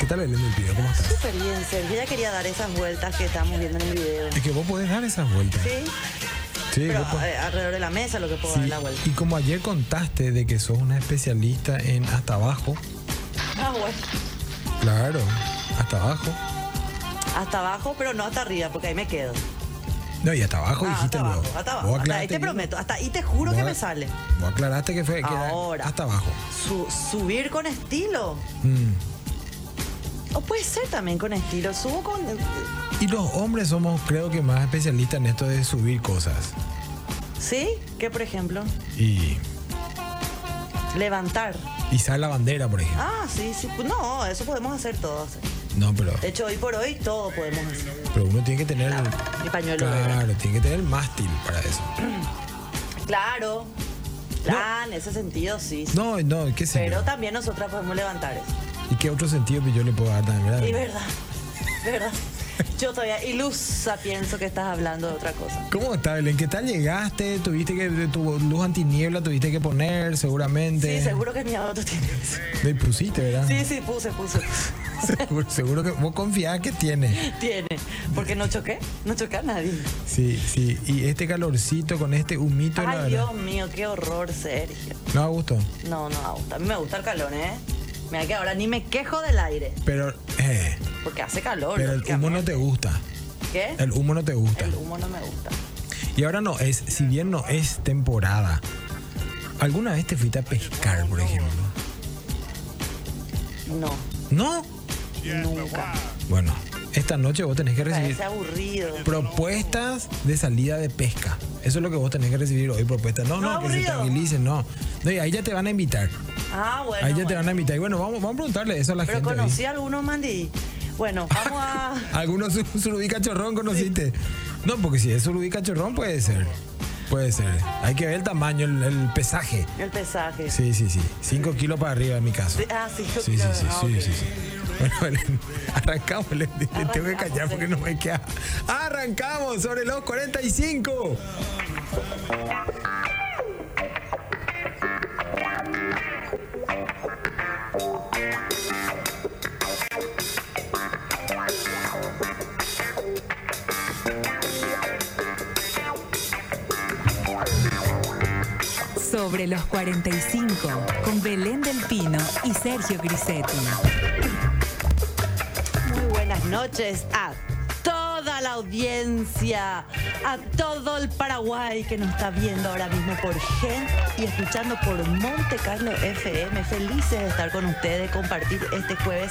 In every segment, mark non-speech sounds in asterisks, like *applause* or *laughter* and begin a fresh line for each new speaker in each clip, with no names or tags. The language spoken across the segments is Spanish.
¿Qué tal Belén del Pino? ¿Cómo estás?
Súper bien, Sergio. Ya quería dar esas vueltas que estamos viendo en el video.
Es que vos podés dar esas vueltas.
Sí,
Sí,
pero
vos podés-
a- alrededor de la mesa lo que puedo dar
sí.
la vuelta.
Y como ayer contaste de que sos una especialista en hasta abajo,
Ah, bueno.
claro, hasta abajo.
Hasta abajo, pero no hasta arriba, porque ahí me quedo.
No, y hasta abajo
Ah,
dijiste
hasta abajo,
luego.
hasta
Vos
abajo. Hasta ahí
aclaraste
te
bien.
prometo, hasta ahí te juro
Vos
que
ac-
me sale.
Vos aclaraste que fue que era
Ahora.
hasta abajo.
Su- subir con estilo.
Mm.
O puede ser también con estilo. Subo con.
Y los hombres somos, creo que, más especialistas en esto de subir cosas.
¿Sí? ¿Qué, por ejemplo?
Y,
Levantar.
y sale la bandera, por ejemplo.
Ah, sí, sí. Pues No, eso podemos hacer todos.
No, pero,
De hecho, hoy por hoy todo podemos hacer.
pero uno tiene que tener.
Mi pañuelo verde.
Claro, tiene que tener mástil para eso.
Claro. Claro, en ese sentido sí. sí.
No, no, qué sé
Pero
yo.
también nosotras podemos levantar eso.
¿Y qué otro sentido que yo le puedo dar también?
Y
verdad?
verdad, *laughs* verdad. Yo todavía ilusa pienso que estás hablando de otra cosa.
¿Cómo está, Belén? ¿Qué tal llegaste? ¿Tuviste que tu luz antiniebla tuviste que poner seguramente?
Sí, seguro que mi auto *laughs* tiene.
Le pusiste, ¿verdad?
Sí, sí, puse, puse.
*laughs*
*laughs*
seguro, seguro que vos confiás que tiene.
Tiene. Porque no choqué, no choqué a nadie.
Sí, sí. Y este calorcito con este humito, la
Ay,
verdad.
Dios mío, qué horror, Sergio.
No da gusto.
No, no, auto. A mí me gusta el calor, ¿eh? Mira que ahora ni me quejo del aire,
Pero, eh,
porque hace calor.
pero el humo
lógicamente.
no te gusta.
¿Qué?
El humo no te gusta.
El humo no me gusta.
Y ahora no es, si bien no es temporada. ¿Alguna vez te fuiste a pescar, por ejemplo?
No,
¿No?
nunca.
Bueno, esta noche vos tenés que recibir
Parece aburrido.
propuestas de salida de pesca. Eso es lo que vos tenés que recibir hoy, propuestas. No, no,
No,
que se
aburrido.
tranquilicen, no. No, y ahí ya te van a invitar.
Ah, bueno.
Ahí ya te
bueno.
van a invitar. Y bueno, vamos, vamos a preguntarle eso a la
Pero
gente. hoy.
conocí a algunos mandí.
*laughs*
Bueno, vamos a.
¿Algunos sur- surubí cachorrón conociste? No, porque si es surubí cachorrón puede ser. Puede ser. Hay que ver el tamaño, el, el pesaje.
El pesaje.
Sí, sí, sí. 5 kilos para arriba en mi caso.
Sí, Ah, sí,
Sí, sí,
claro,
sí,
ah,
sí,
ok.
sí, sí. Bueno, Belén, *laughs* arrancamos, Belén. Le tengo que callar
Arrancamos,
porque no me queda. Arrancamos sobre los 45.
Sobre los 45, con Belén del Pino y Sergio Grisetti.
Muy buenas noches a toda la audiencia, a todo el Paraguay que nos está viendo ahora mismo por Gen y escuchando por Monte Carlo FM. Felices de estar con ustedes, compartir este jueves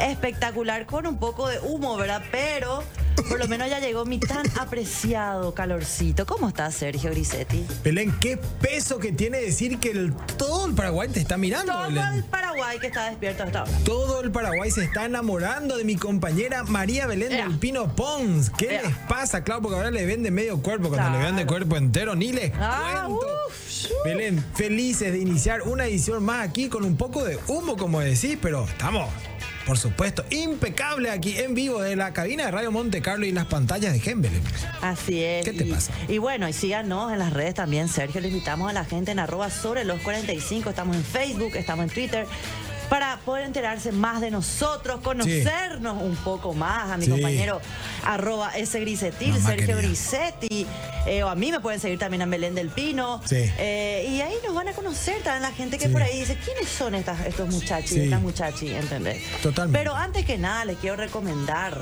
espectacular con un poco de humo, ¿verdad? Pero por lo menos ya llegó mi tan apreciado calorcito. ¿Cómo estás, Sergio Grisetti?
Belén, qué peso que tiene decir que el- todo el Paraguay te está mirando,
Todo el
Belén.
Paraguay que está despierto hasta ahora.
Todo el Paraguay se está enamorando de mi compañera María Belén
Ea.
del Pino Pons. ¿Qué
Ea.
les pasa, Claro, Porque ahora le venden medio cuerpo, cuando le
Claro.
venden cuerpo entero, ni les
Ah,
cuento.
uf, shoo.
Belén, felices de iniciar una edición más aquí con un poco de humo, como decís, pero estamos, por supuesto, impecables aquí en vivo de la cabina de Radio Monte Carlo y las pantallas de Gen, Belén.
Así es.
¿Qué te
y,
pasa?
Y bueno, y síganos en las redes también, Sergio. Le invitamos a la gente en arroba sobre los 45. Estamos en Facebook, estamos en Twitter. Para poder enterarse más de nosotros, conocernos un poco más a mi
Sí.
compañero arroba ese grisetil,
Mamá
Sergio
querida.
Grisetti, eh, o a mí me pueden seguir también a Belén del Pino.
Sí.
Eh, y ahí nos van a conocer también la gente que
Sí.
por ahí dice, ¿quiénes son estas, estos muchachos
Sí.
y estas muchachas? ¿Entendés?
Totalmente.
Pero antes que nada, les quiero recomendar,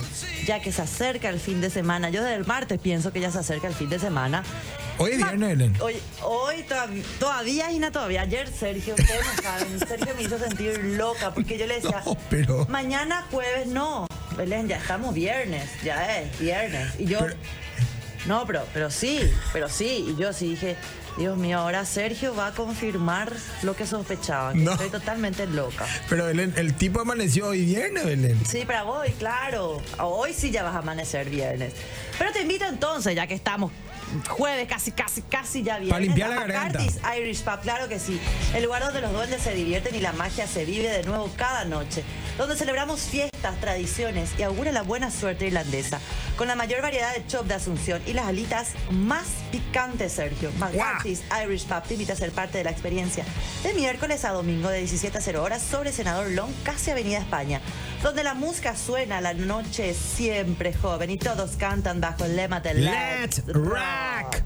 ya que se acerca el fin de semana, yo desde el martes pienso que ya se acerca el fin de semana.
Hoy es viernes, Belén.
Hoy, hoy todav- todavía, Gina, todavía. Ayer Sergio, ustedes no saben, Sergio me hizo sentir loca porque yo le decía,
*laughs* No, pero-
mañana jueves no, Belén, ya estamos viernes, ya es viernes. Y yo,
Pero-
no, pero, pero sí, pero sí. Y yo sí dije, Dios mío, ahora Sergio va a confirmar lo que sospechaba, que
No.
estoy totalmente loca.
Pero Belén, el tipo amaneció hoy viernes, Belén.
Sí, para hoy, claro. Hoy sí ya vas a amanecer viernes. Pero te invito entonces, ya que estamos jueves, casi, casi, casi ya viernes.
Pa' limpiar la
a
garganta.
McCarthy's Irish Pub, claro que sí. El lugar donde los duendes se divierten y la magia se vive de nuevo cada noche. Donde celebramos fiestas, tradiciones y augura la buena suerte irlandesa. Con la mayor variedad de chop de Asunción y las alitas más picantes, Sergio. McCarthy's Irish Pub te invita a ser parte de la experiencia. De miércoles a domingo de 17 a 0 horas sobre Senador Long, casi Avenida España. donde la música suena la noche es siempre joven y todos cantan bajo el lema del
Let's rock.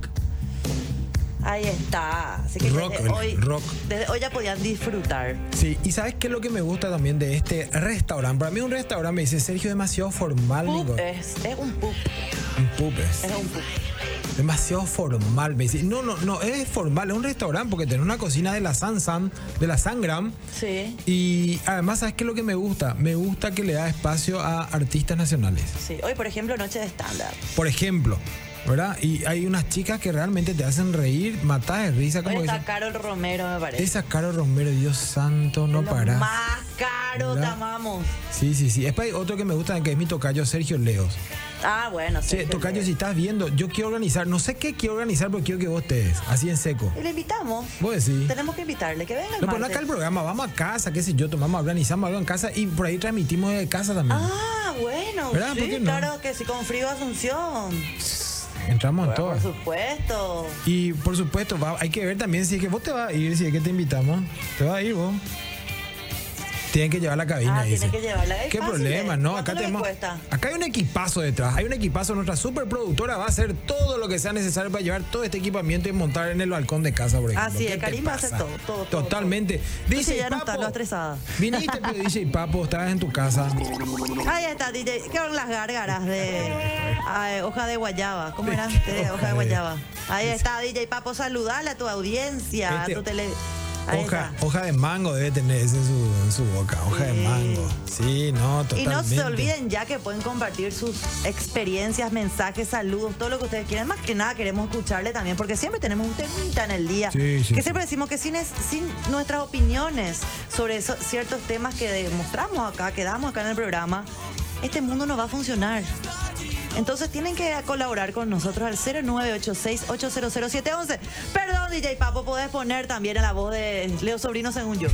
Ahí está. Así que
Rock,
desde hoy,
rock.
desde hoy ya podían disfrutar.
Sí, y ¿sabes qué es lo que me gusta también de este restaurante? Para mí un restaurante, me dice Sergio, demasiado formal.
Pup
Nico.
es, es un pup,
Un pupes.
es un pup.
Demasiado formal, me dice. No, no, no, es formal, es un restaurante porque tenés una cocina de la Sansan, de la Sangram.
Sí,
Y además, ¿sabes qué es lo que me gusta? Me gusta que le da espacio a artistas nacionales.
sí. Hoy, por ejemplo, noche de estándar.
Por ejemplo, ¿verdad? Y hay unas chicas que realmente te hacen reír, matar de risa,
Hoy
como que
está
esa,
Carol Romero, me parece.
esa Caro Romero, Dios santo, no
Lo
para.
Más caro, te
¿Verdad?
amamos.
Sí, sí, sí. Después hay otro que me gusta, que es mi tocayo Sergio Leos.
Ah, bueno,
Che,
Sergio
tocayo,
León.
si estás viendo, yo quiero organizar, no sé qué quiero organizar, pero quiero que vos estés, así en seco.
Y le invitamos.
Vos decís.
Tenemos que invitarle, que venga el
No, pero no
martes.
acá el programa, vamos a casa, qué sé yo, tomamos, organizamos algo en casa y por ahí transmitimos de casa también.
Ah, bueno,
¿Verdad? ¿Por
sí,
qué no?
claro que sí, con frío Asunción.
Entramos en
Por
todas.
supuesto.
Y por supuesto, va- hay que ver también si es que vos te vas a ir, si es que te invitamos. Te vas a ir vos. Tienen que llevar la cabina,
Ah,
dice.
tienen que llevarla. Es
¿Qué
fácil,
problema?
¿eh?
No,
¿Cuánto
acá
le
tenemos.
cuesta?
Acá hay un equipazo detrás. Hay un equipazo. Nuestra superproductora va a hacer todo lo que sea necesario para llevar todo este equipamiento y montar en el balcón de casa, por ejemplo.
Así
¿Qué
es,
te
Karim va a hacer
pasa?
todo, todo, todo,
Totalmente.
Entonces
Dice
ya no está,
Papo,
no estresada.
Viniste, pero
*laughs*
DJ Papo, estabas en tu casa.
Ahí está, DJ. ¿Qué eran las gárgaras de ay, hoja de guayaba? ¿Cómo eran?
¿De qué
De hoja
hoja
de
de-
guayaba. Ahí está, DJ Papo, saludale a tu audiencia,
Este,
a tu tele. Ahí
Hoja,
está.
hoja de mango debe tener ese en su, en su boca. Hoja de
Sí.
mango. Sí, no, totalmente.
Y no se olviden ya que pueden compartir sus experiencias, mensajes, saludos, todo lo que ustedes quieran. Más que nada queremos escucharle también, porque siempre tenemos un temita en el día.
Sí, sí, sí.
que siempre decimos que sin, es- sin nuestras opiniones sobre eso- ciertos temas que demostramos acá, que damos acá en el programa, este mundo no va a funcionar. Entonces tienen que colaborar con nosotros al 0986-800711. Perdón, DJ Papo, podés poner también en la voz de Leo Sobrino, según yo.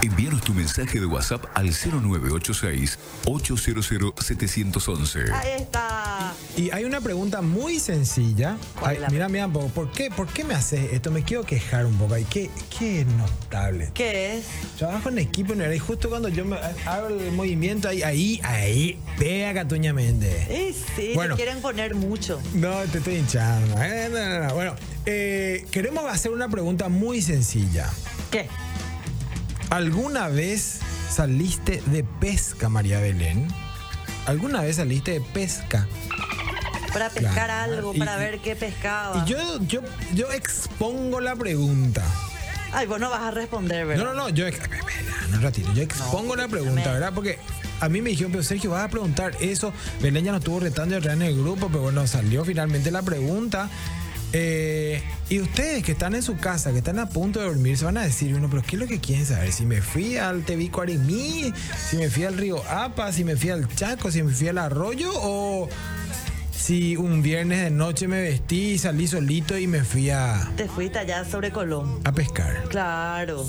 Envíanos tu mensaje de WhatsApp al 0986 800 711.
Ahí está.
Y hay una pregunta muy sencilla.
¿Cuál
Ay,
es la
mira, mira, po- ¿por qué, ¿por qué me haces esto? Me quiero quejar un poco. Ay, qué, qué notable.
¿Qué es?
Trabajo en equipo, ¿no? y justo cuando yo me hago el movimiento, ahí, ahí, ahí, pega Catuña Méndez.
Eh, sí,
Bueno.
te quieren poner mucho.
No, te estoy hinchando. Eh, no, no, no. Bueno, eh, queremos hacer una pregunta muy sencilla.
¿Qué?
¿Alguna vez saliste de pesca, María Belén? ¿Alguna vez saliste de pesca?
Para pescar
Claro.
algo,
Y-
para
y-
ver qué pescaba.
Y yo, yo, yo expongo la pregunta.
Ay, vos no vas a responder,
No,
¿verdad?
no, no, yo ex- espera, un ratito. Yo expongo la pregunta, ¿verdad? Porque a mí me dijeron, pero Sergio, vas a preguntar eso. Belén ya nos estuvo retando atrás en el grupo, pero bueno, salió finalmente la pregunta. Eh, y ustedes que están en su casa, que están a punto de dormir, se van a decir, bueno, pero ¿qué es lo que quieren saber? Si me fui al Tevico Arimí, si me fui al río Apa, si me fui al Chaco, si me fui al arroyo o si un viernes de noche me vestí, salí solito y me fui a,
Te fuiste allá sobre Colón.
a pescar.
Claro.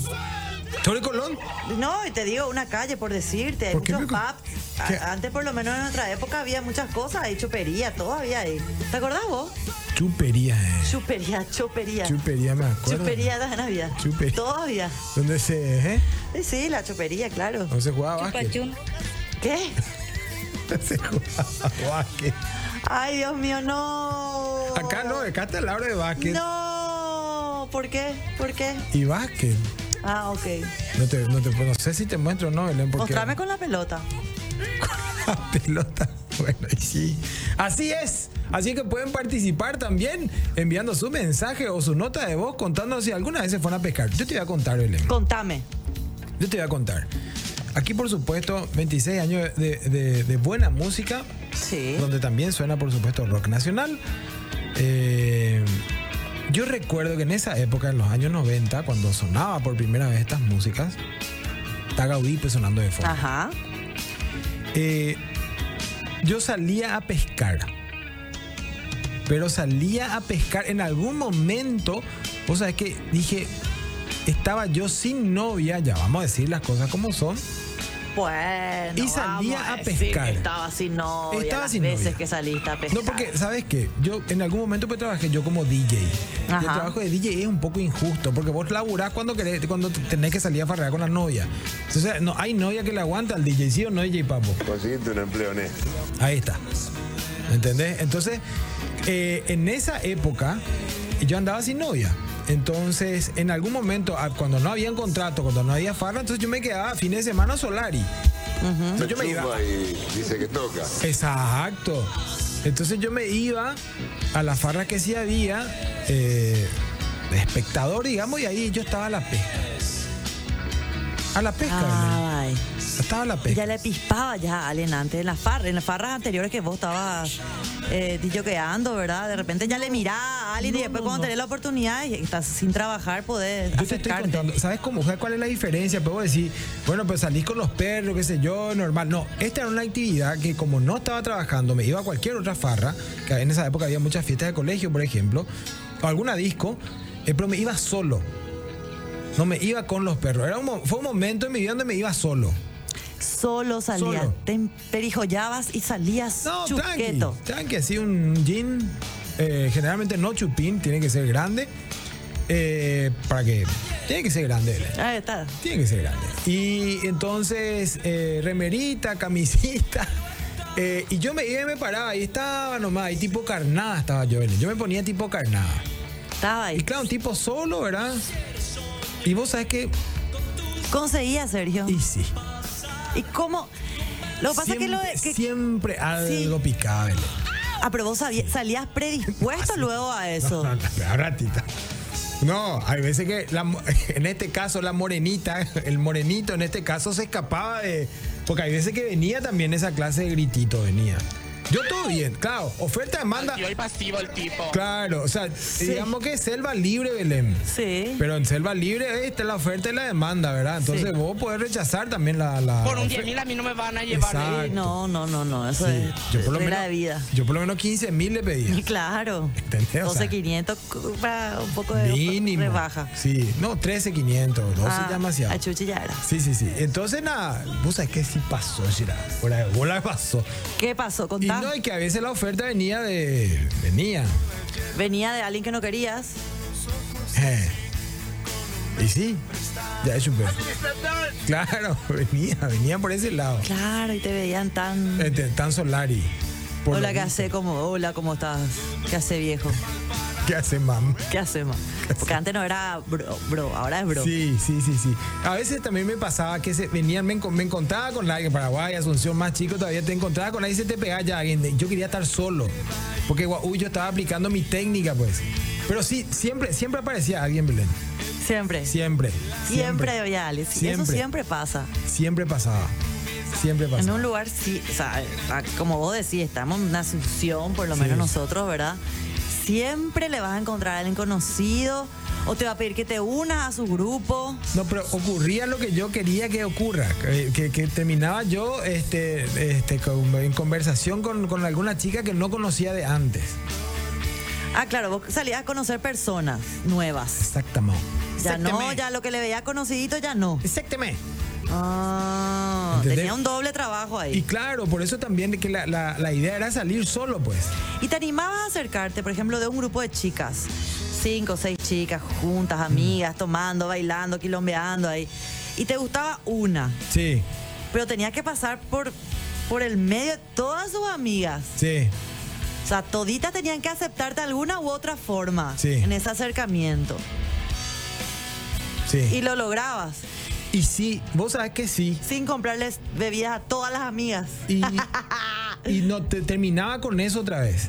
¿Sobre Colón?
No, y te digo una calle por decirte. Hay
¿Por qué
muchos
me co-
pubs. A-
¿Qué?
Antes, por lo menos en nuestra época, había muchas cosas. Hay chopería, todo había ahí. ¿Te acordás vos?
Chupería, eh.
Chupería, chopería.
Chupería, me acuerdo.
Chupería de Navidad.
Chupería.
Todavía.
¿Dónde se, eh?
Sí, sí, la chopería, claro.
¿Dónde se jugaba básquet?
¿Qué?
¿Dónde *laughs* se jugaba básquet?
Ay, Dios mío, no.
Acá no, acá está el abre de básquet.
No, ¿por qué? ¿Por qué?
Y básquet.
Ah, ok.
No te, no te pues, no sé si te muestro o no, Belén, porque
Mostrame con la pelota.
*laughs* la pelota. Bueno, y sí. Así es. Así que pueden participar también enviando su mensaje o su nota de voz contándonos si alguna vez se fueron a pescar. Yo te voy a contar, Belén.
Contame.
Yo te voy a contar. Aquí, por supuesto, 26 años de, de- de buena música.
Sí.
Donde también suena, por supuesto, rock nacional. Eh, yo recuerdo que en esa época, en los años 90, cuando sonaba por primera vez estas músicas, está Gaudí pues, sonando de fondo.
Ajá.
Eh, yo salía a pescar. Pero salía a pescar en algún momento. O sea, es que dije, estaba yo sin novia, ya vamos a decir las cosas como son.
Bueno,
Y salía
vamos
a
decir que
pescar.
Estaba sin novia.
Estaba
las
sin
veces
novia.
que saliste a pescar.
No, porque, ¿sabes qué? Yo en algún momento pues trabajé yo como DJ. Y
Ajá.
el trabajo de DJ es un poco injusto, porque vos laburás cuando querés, cuando t- tenés que salir a farrear con la novia. Entonces, no, hay novia que le aguanta al DJ, ¿sí o no, DJ Papo?
Conseguiste un empleo honesto.
Ahí está. ¿Entendés? Entonces, eh, en esa época, yo andaba sin novia. Entonces, en algún momento, ah, cuando no había contrato, cuando no había farra, entonces yo me quedaba fines de semana solari.
Se
Yo me iba-
chupa y dice que toca.
Exacto. Entonces yo me iba a la farra que sí había, eh, de espectador, digamos, y ahí yo estaba a la pesca. A la pesca, Belén.
Ay,
Estaba a la pesca.
Ah. ya le pispaba ya a Allen antes en las farras, en las farras anteriores que vos estabas eh, quedando, ¿verdad? De repente ya le mirás a Allen y después cuando tenés la oportunidad y estás sin trabajar podés
Yo te estoy
acercarte.
contando, ¿sabes cómo? ¿Sabes cuál es la diferencia? Puedo decir, bueno, pues salís con los perros, qué sé yo, normal. No, esta era una actividad que como no estaba trabajando, me iba a cualquier otra farra, que en esa época había muchas fiestas de colegio, por ejemplo, o alguna disco, eh, pero me iba solo. No me iba con los perros. Era un mo- fue un momento en mi vida donde me iba solo.
Solo salías,
Solo.
te emperijollabas y salías
No, tranqui.
chusqueto.
Tranqui, así un jean. eh, generalmente no chupín, tiene que ser grande. eh, para que. Tiene que ser grande, Belén.
Ahí Ah, está.
Tiene que ser grande. Y entonces, eh, remerita, camisita. *laughs* eh, y yo me iba y me paraba, y estaba nomás, y tipo carnada estaba yo, Belén. Yo me ponía tipo carnada.
Estaba
Y
ahí.
claro, un tipo solo, ¿verdad? Y vos sabés que.
Conseguía, Sergio.
Y sí.
¿Y cómo? Lo que pasa es que lo de- que-
siempre algo picaba, Belén.
Ah, pero vos sabías- salías predispuesto luego a eso.
Ah, No, no, no, ratita. No, hay veces que la mo- *laughs* en este caso la morenita, *laughs* el morenito en este caso se escapaba de. Porque hay veces que venía también esa clase de gritito, venía. Yo todo bien, claro, oferta demanda.
Activo y pasivo el tipo.
Claro, o sea, digamos que es selva libre, Belén.
Sí.
Pero en selva libre eh, está la oferta y la demanda, ¿verdad? Entonces
Sí.
vos podés rechazar también la. la
Por un
oferta.
10 mil a mí no me van a llevar. ¿eh?
Exacto.
No, no, no, no. Eso
Sí,
es
yo por lo
regla
menos,
de
*laughs*
vida.
Yo por lo menos 15 mil le pedía.
*laughs* Y Claro.
¿Entendés? O sea,
12,500 cu- para un poco de
Mínimo.
rebaja.
Sí, no, 13,500, 12
Ah,
ya demasiado.
A Chuchi ya era.
Sí, sí, sí. Entonces, nada, vos sabés que sí pasó, Gerard. Por ahí, vos la pasó.
¿Qué pasó?
Y
Contá.
no, y que a veces la oferta venía de. Venía.
Venía de alguien que no querías.
Eh. Y sí, ya es un pedo. Claro, *laughs* venía, venía por ese lado.
Claro, y te veían tan.
Este, tan Solari. Por lo
hola, ¿qué
mismo.
hace? Como, hola, ¿cómo estás? ¿Qué hace, viejo?
¿Qué hace, mamá?
¿Qué hacemos? Porque antes no era bro, bro, ahora es bro.
Sí, sí, sí, sí. A veces también me pasaba que se, venían, me, encon- me encontraba con alguien, Paraguay, Asunción, más chico, todavía te encontraba con alguien y se te pegaba ya alguien. de- Yo quería estar solo, porque gua- uy, yo estaba aplicando mi técnica, pues. Pero sí, siempre, siempre aparecía alguien, Belén.
Siempre.
Siempre.
Siempre había alguien. Sí, Eso
Siempre.
siempre pasa.
Siempre pasaba. Siempre
En
pasaba.
un lugar, sí, o sea, a- como vos decís, estamos en una asunción, por lo menos nosotros, ¿verdad? Siempre le vas a encontrar a alguien conocido o te va a pedir que te unas a su grupo.
No, pero ocurría lo que yo quería que ocurra. Que, que- que terminaba yo este, este, con- en conversación con, con alguna chica que no conocía de antes.
Ah, claro, vos salías a conocer personas nuevas.
Exactamente.
Ya no,
Exactamente.
ya lo que le veía conocidito, ya no.
Exactamente.
Ah,
¿Entendés?
tenía un doble trabajo
Y
ahí.
claro, por eso también que la, la- la idea era salir solo, pues.
Y, te animabas a acercarte, por ejemplo, de un grupo de chicas. Cinco o seis chicas juntas, amigas, tomando, bailando, quilombeando ahí. Y te gustaba una.
Sí,
pero tenía que pasar por, por el medio de todas sus amigas.
sí.
O sea, toditas tenían que aceptarte de alguna u otra forma
Sí.
en ese acercamiento. Y
Sí.
lo lograbas,
Y, sí, vos sabés que sí.
sin comprarles bebidas a todas las amigas. *laughs*
Y, y no te terminaba con eso otra vez.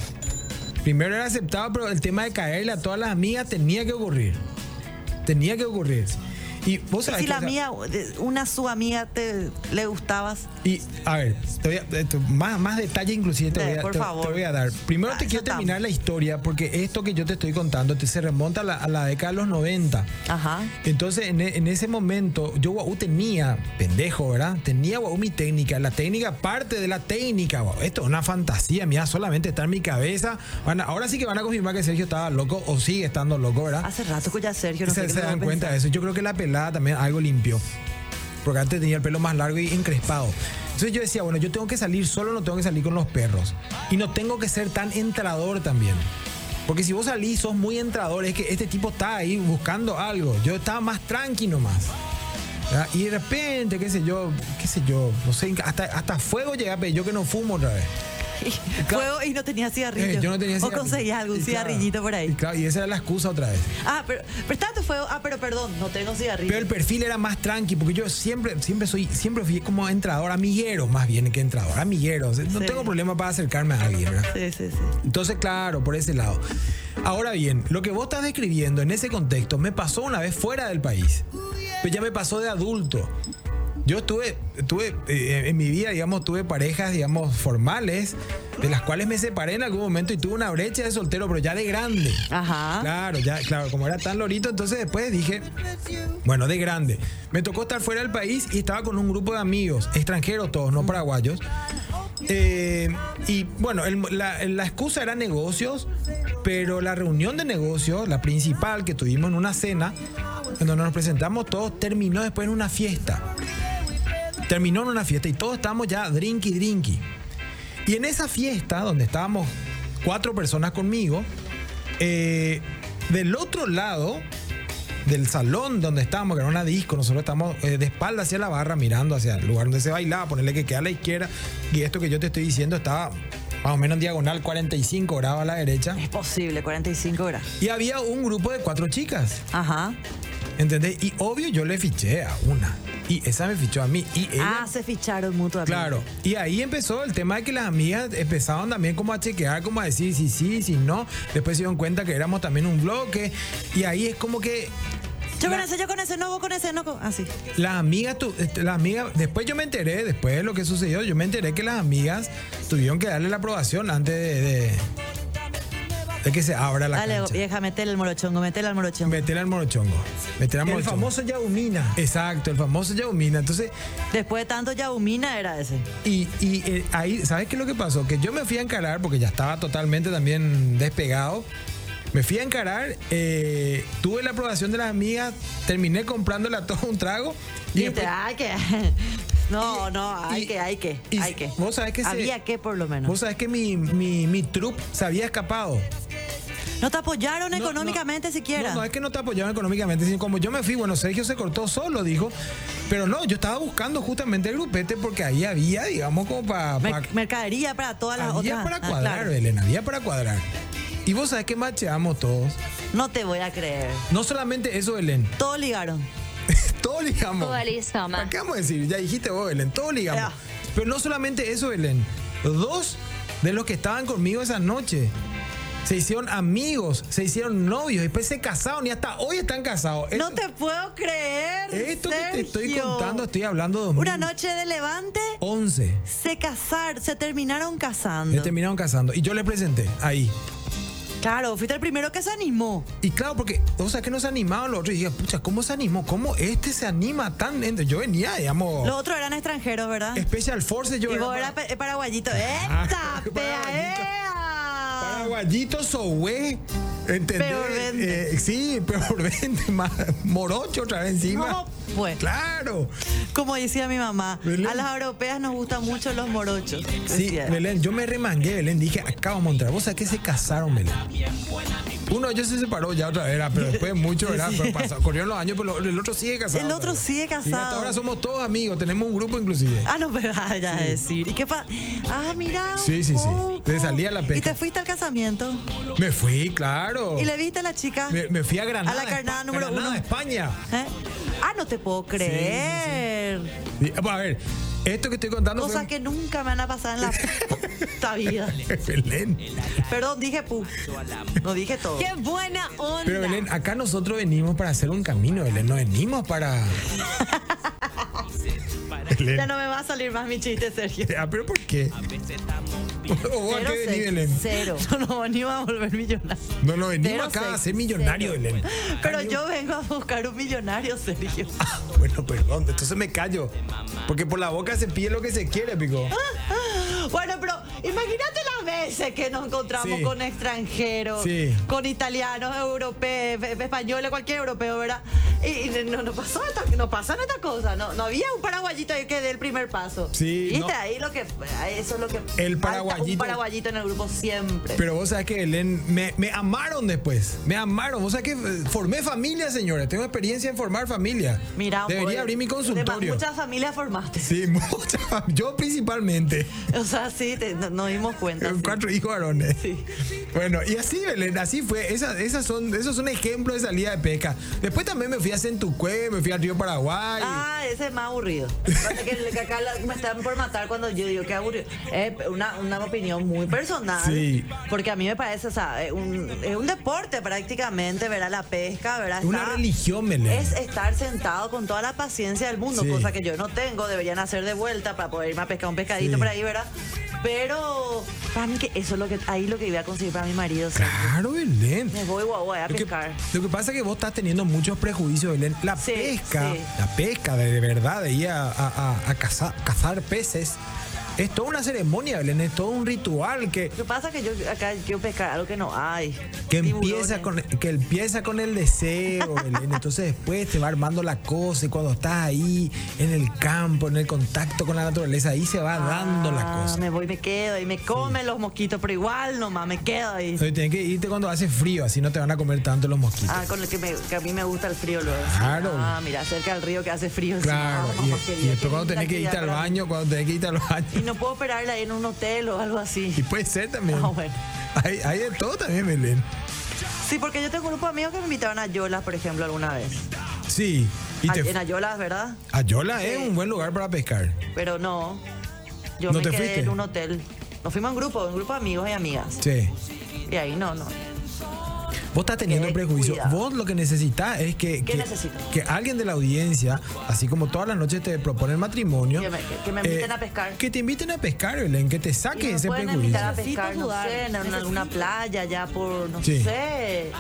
Primero era aceptado, pero el tema de caerle a todas las amigas tenía que ocurrir. Tenía que ocurr- ocurrir. Y vos sabés
Y Pues si
que,
la
o sea,
amiga, de- una su amiga te, le gustabas,
Y a ver, te voy a- eh, te- más, más detalle inclusive te,
Dale,
voy a,
por
te-
favor.
te voy a dar. Primero
Ah,
te quiero
eso estamos.
terminar la historia porque esto que yo te estoy contando te, se remonta a la, a la década de los 90.
ajá,
Entonces, en, e- en ese momento, yo guau, tenía, pendejo, ¿verdad? Tenía guau, mi técnica. La técnica parte de la técnica, guau. Esto es una fantasía mía, solamente está en mi cabeza. Van a- ahora sí que van a confirmar que Sergio estaba loco o sigue estando loco, ¿verdad?
hace rato que ya Sergio no sé
se
qué
se
me
dan
voy a
cuenta de
pensar.
eso. Yo creo que la pelada también algo limpió. porque antes tenía el pelo más largo y encrespado. Entonces yo decía, bueno, yo tengo que salir solo, no tengo que salir con los perros. Y no tengo que ser tan entrador también. Porque si vos salís, sos muy entrador. Es que este tipo está ahí buscando algo. Yo estaba más tranqui nomás. ¿verdad? Y de repente, qué sé yo, qué sé yo, no sé, hasta, hasta fuego llegué a pedir. Yo que no fumo otra vez.
Fuego y no tenía cigarrillo.
Eh, yo no tenía
O conseguí algún
Y claro,
cigarrillito por
Y,
ahí.
claro, y esa era la excusa otra vez.
Ah, pero, pero estaba tu fuego. Ah, pero perdón, no tengo cigarrillo.
Pero el perfil era más tranqui, porque yo siempre, siempre soy, siempre fui como entrador, amiguero, más bien que entrador, amiguero. O sea, No
Sí.
tengo problema para acercarme a alguien, ¿verdad?
Sí, sí, sí.
Entonces, claro, por ese lado. Ahora bien, lo que vos estás describiendo en ese contexto me pasó una vez fuera del país. Pero ya me pasó de adulto. Yo estuve, tuve, eh, en mi vida, digamos, tuve parejas, digamos, formales, de las cuales me separé en algún momento y tuve una brecha de soltero, pero ya de grande.
Ajá.
Claro, ya, claro, como era tan lorito, entonces después dije, bueno, de grande. Me tocó estar fuera del país y estaba con un grupo de amigos, extranjeros todos, no paraguayos. Eh, y bueno, el- la, la excusa era negocios, pero la reunión de negocios, la principal que tuvimos en una cena, en donde nos presentamos todos, terminó después en una fiesta. Terminó en una fiesta y todos estábamos ya drinky drinky. Y en esa fiesta, donde estábamos cuatro personas conmigo, eh, del otro lado del salón donde estábamos, que era una disco, nosotros estábamos eh, de espalda hacia la barra, mirando hacia el lugar donde se bailaba, ponerle que queda a la izquierda. Y esto que yo te estoy diciendo estaba más o menos en diagonal, 45 grados a la derecha.
Es posible, 45 horas.
Y había un grupo de cuatro chicas,
Ajá.
¿entendés? Y obvio yo le fiché a una. Y esa me fichó a mí. Y ella
Ah, se ficharon mutuamente.
Claro, y ahí empezó el tema de que las amigas empezaban también como a chequear, como a decir si sí, si no. Después se dieron cuenta que éramos también un bloque. Y ahí es como que
Yo con ese, yo con ese, no, vos con ese, no. con- Ah, Así.
las amigas, tu- este, las amigas, después yo me enteré, después de lo que sucedió, yo me enteré que las amigas tuvieron que darle la aprobación antes de, de, de que se abra la
Dale,
cancha.
vieja, metele el morochongo, metele al morochongo.
Meter al morochongo. Meter al
El
morochongo.
famoso Yaumina.
Exacto, el famoso Yaumina. Entonces,
Después de tanto Yaumina era ese.
Y, y, eh, ahí, ¿sabes qué es lo que pasó? Que yo me fui a encarar, porque ya estaba totalmente también despegado. Me fui a encarar, eh, tuve la aprobación de las amigas, terminé comprándole *laughs* a todos un trago.
Y
después-
ay, que. *laughs* No, no, hay
y-
que, hay que,
y
hay que.
vos sabés que se-
Había que, por lo menos.
Vos sabés que mi, mi, mi trup se había escapado.
No te apoyaron
No,
económicamente
no.
siquiera.
No, no, es que no te apoyaron económicamente, sino como yo me fui, bueno, Sergio se cortó solo, dijo. Pero no, yo estaba buscando justamente el grupete porque ahí había, digamos, como para...
Mer- mercadería para todas las
había
otras.
para
ah,
cuadrar,
claro.
Belén, había para cuadrar. Y vos sabés que macheamos todos.
No te voy a creer.
No solamente eso, Belén. *laughs*
Todos ligaron.
Todos ligamos.
Todo listo, ma.
¿Para qué vamos a decir? Ya dijiste vos, Belén. Todos ligamos.
Ya.
Pero no solamente eso, Belén. Dos de los que estaban conmigo esa noche se hicieron amigos, se hicieron novios, después se casaron y hasta hoy están casados.
No
Esto-
te puedo creer.
Esto que te estoy
Sergio.
contando, estoy hablando de
Una noche de levante
2011.
se casar, se terminaron
Se
casando.
terminaron casando. Y yo les presenté ahí.
Claro, fuiste el primero que se animó.
Y claro, porque, o sea, que no se animaban los otros. Y dije, pucha, ¿cómo se animó? ¿Cómo este se anima tan? en- Yo venía, digamos,
Los otros eran extranjeros, ¿verdad?
Special Forces. Yo
y
era
vos eras
para-
pa- eh, paraguayito. eh.
Ah, *laughs*
¡Eta!
paraguayito.
¡Pea! ea!
Paraguayito, Sowe. ¿Entendés?
Peor vende.
Eh, sí, peor *laughs* vente, más morocho otra vez encima.
No, pues.
Claro.
Como decía mi mamá,
Belén.
a las europeas nos gustan mucho los morochos.
Sí,
decía.
Belén, yo me remangué, Belén. Dije, acá vamos a entrar. ¿Vos sabés que se casaron, Belén? Uno de ellos se separó ya otra vez, era, pero
*laughs*
después mucho, ¿verdad? Pero pasó- corrieron los años, pero lo- el otro sigue casado.
El otro
todavía.
sigue
Y hasta
casado.
ahora somos todos amigos, tenemos un grupo inclusive.
Ah, no *laughs* me vayas a decir. ¿Y qué pasa? Ah, mira. un
Sí, sí, sí.
poco.
Te salía la pesca.
¿Y te fuiste al casamiento?
Me fui, claro.
¿Y le viste a la chica?
Me, me fui a Granada.
A la carnada
Espa-
número
Granada,
uno.
España.
¿Eh? Ah, no te puedo creer.
Y, pues, a ver, esto que estoy contando
Cosas
fue-
que nunca me van a pasar en la puta vida.
*laughs* Belén.
Perdón, dije pu. No dije todo.
¡Qué buena onda!
Pero Belén, acá nosotros venimos para hacer un camino, Belén. No venimos para.
Ya no me va a salir más mi chiste, Sergio.
Ah, pero ¿por qué? *laughs* ¿O vos a
Cero,
qué venís,
sex-
Belén?
cero. Yo no ni iba a volver millonario.
No, no, venimos
Cero
acá a
sex-
ser millonario, Belén.
Pero yo vengo a buscar un millonario, Sergio.
Ah, *laughs* bueno, perdón, entonces me callo. Porque por la boca se pide lo que se quiere, pico.
Ah. Bueno, pero imagínate las veces que nos encontramos
Sí.
con extranjeros,
Sí.
con italianos, europeos, españoles, cualquier europeo, ¿verdad? Y, y no, no pasó esta, no pasan estas cosas. No, no había un paraguayito ahí que dé el primer paso.
Sí,
¿Viste?
no.
Ahí lo que, eso es lo que.
El
falta, Un
paraguayito.
paraguayito en el grupo siempre.
Pero vos sabés que Belén, me, me amaron después. Me amaron. Vos sabés que eh, formé familia, señores. Tengo experiencia en formar familia.
Mira,
Debería
oye,
abrir mi
de más,
consultorio.
Muchas familias formaste.
Sí, *laughs* muchas. fam- Yo principalmente.
*laughs* O sea, sí, te- no- nos dimos cuenta.
Eh,
sí.
Cuatro hijos varones.
Sí.
Bueno, y así, Belén, así fue. Esa- esas son, esos son ejemplos de salida de pesca. Después también me fui a Centucue, me fui al río Paraguay.
Ah, ese es más aburrido. Pasa que, que acá la- me están por matar cuando yo digo que aburrido. Es una, una opinión muy personal.
Sí.
Porque a mí me parece, o sea, es un, es un deporte prácticamente, verá la pesca, verá.
Es una religión, Belén.
ah. Es estar sentado con toda la paciencia del mundo,
Sí.
cosa que yo no tengo. Deberían hacer de vuelta para poder irme a pescar un pescadito
Sí.
por ahí, ¿verdad? Pero para mí que eso es lo que ahí lo que iba a conseguir para mi marido. sí.
Claro, Belén.
Me voy guau, guau, a
Lo que,
pescar.
lo que pasa es que vos estás teniendo muchos prejuicios, Belén. La
Sí,
pesca,
sí.
la pesca de, de verdad, de ir a, a- a- a cazar, cazar peces, es toda una ceremonia, Belén, es todo un ritual que,
Lo que pasa es que yo acá quiero pescar algo que no hay.
que,
Tiburones.
empieza, con, que empieza con el
*laughs*
deseo, Belén. Entonces después te va armando la cosa y cuando estás ahí en el campo, en el contacto con la naturaleza, ahí se va dando la
Ah,
cosa.
Me voy, me quedo y me comen los mosquitos, pero igual nomás me quedo ahí.
Entonces tienes que irte cuando hace frío, así no te van a comer tanto los mosquitos.
Ah, con lo que, me- que a mí me gusta el frío luego.
Claro.
Ah, mira, cerca del río que hace frío.
Claro,
sí. Ah,
y,
qué
y
bien, qué
después cuando
linda
tenés que irte al
actividad para mí.
baño, cuando tenés que irte al baño.
*laughs* Y no puedo operarla ahí en un hotel o algo
Y
así.
puede ser también.
Ah, bueno.
hay, hay de todo también, Belén.
Sí, porque yo tengo un grupo de amigos que me invitaron a Yolas, por ejemplo, alguna vez.
Sí. Y
A-
te,
Ah, En Ayolas, ¿verdad?
Ayola es
Sí.
un buen lugar para pescar.
Pero no. Yo
¿No
me
te
quedé
fuiste?
en un hotel. Nos fuimos en grupo, en grupo de amigos y amigas.
Sí.
Y ahí no, no.
Vos estás teniendo
Qué
prejuicio.
cuidado.
Vos lo que necesitas es que,
¿Qué
que,
necesito?
que alguien de la audiencia, así como todas las noches te proponen matrimonio, eh,
Que me- que me inviten a pescar.
Que te inviten a pescar, Belén, que te
Y
saque
me
ese
pueden
prejuicio.
invitar a
Necesito
pescar, pues, no
jugar,
sé, en
necesito.
alguna playa ya por, no
Sí.
sé,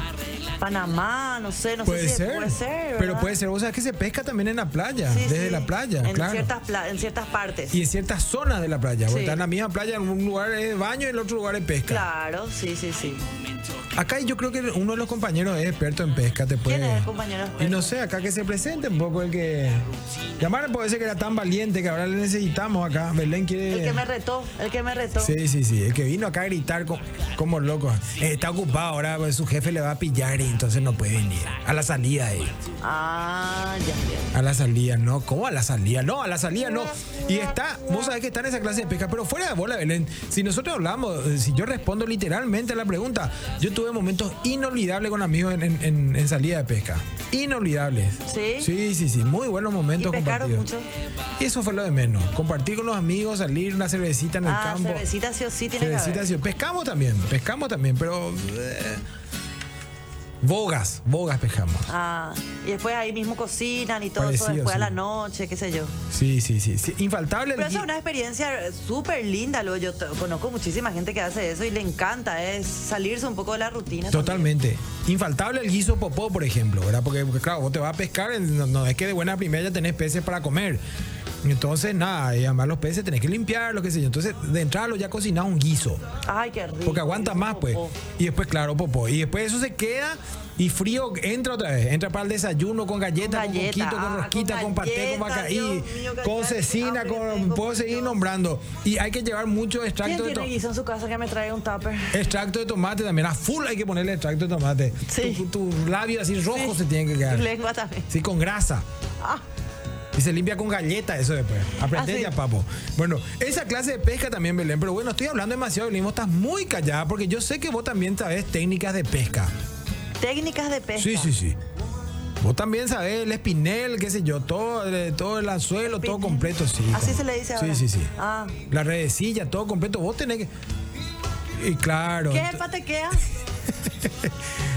Panamá, no sé, no
Puede
sé si
ser,
puede ser. ¿verdad?
pero puede ser, o sea, que se pesca también en la playa,
Sí,
desde
sí,
la playa,
en
claro.
Ciertas pla- en ciertas partes.
Y en ciertas zonas de la playa, porque
Sí.
está en la misma playa, en un lugar es baño y en el otro lugar es pesca.
Claro, sí, sí, sí.
Acá yo creo que uno de los compañeros es experto en pesca, te puede.
¿Quién es el compañero experto?
Y no sé, acá que se presente un poco el que. Llamar puede ser que era tan valiente que ahora le necesitamos acá. Belén quiere.
El que me retó, el que me retó.
Sí, sí, sí. El que vino acá a gritar co- como loco. Eh, está ocupado ahora, pues, su jefe le va a pillar y entonces no puede venir. A la salida, eh.
Ah, ya. ya.
A la salida, no. ¿Cómo a la salida? No, a la salida no. Y está, vos sabés que está en esa clase de pesca, pero fuera de bola, Belén. Si nosotros hablamos, eh, si yo respondo literalmente a la pregunta, yo tuve momentos inolvidables con amigos en, en- en- en salida de pesca. Inolvidables.
¿Sí?
Sí, sí, sí. Muy buenos momentos
¿Y pescaron
compartidos. Y eso fue lo de menos. Compartir con los amigos, salir una cervecita en el
Ah,
campo.
cervecita sí o sí tiene
Cervecita,
que haber.
sí. Pescamos también, pescamos también, pero. eh, bogas, bogas pescamos.
Ah, y después ahí mismo cocinan y todo eso
Parecido,
después a
sí.
la noche, qué sé yo.
Sí, sí, sí. sí. Infaltable el
Pero eso
gui-
es una experiencia eh, súper linda. Luego yo t- conozco muchísima gente que hace eso y le encanta, es salirse un poco de la rutina.
Totalmente. Infaltable el guiso popó, por ejemplo, ¿verdad? Porque, porque, claro, vos te vas a pescar, no, no es que de buena primera ya tenés peces para comer. Entonces, nada, y además los peces tenés que limpiarlos, qué sé yo. Entonces, de entrada lo ya cocinado un guiso,
también. Ay, qué rico.
porque aguanta más, pues. Y después, claro, popó. Y después eso se queda y frío entra otra vez. Entra para el desayuno con galletas, con,
galleta,
coquito, con
ah,
rosquita,
con
con, paté, con
galleta,
bacaí,
Dios mío,
con
galletas,
cecina,
hambre
con.
tengo,
Puedo seguir
Dios.
nombrando. Y hay que llevar mucho
¿Quién
extracto de
tiene
to-
guiso en su casa que me trae un tupper?
Extracto de tomate también. A full hay que ponerle extracto de tomate.
Sí.
Tu, tu labio así rojo
Sí.
se tiene que quedar.
*laughs* Lengua también.
Sí, con grasa.
Ah,
Y se limpia con galleta eso después. Aprende
Ah, sí.
ya, papo. Bueno, esa clase de pesca también, Belén. Pero bueno, estoy hablando demasiado, Belén. Vos estás muy callada porque yo sé que vos también sabés técnicas de pesca.
técnicas de pesca.
Sí, sí, sí. Vos también sabés el espinel, qué sé yo, todo, el- todo el anzuelo, todo
Espinel.
completo, sí.
Así
como-
se le dice ahora.
Sí, sí, sí.
Ah.
La redecilla, todo completo. Vos tenés que... Y claro.
¿Qué
ento-
patequea?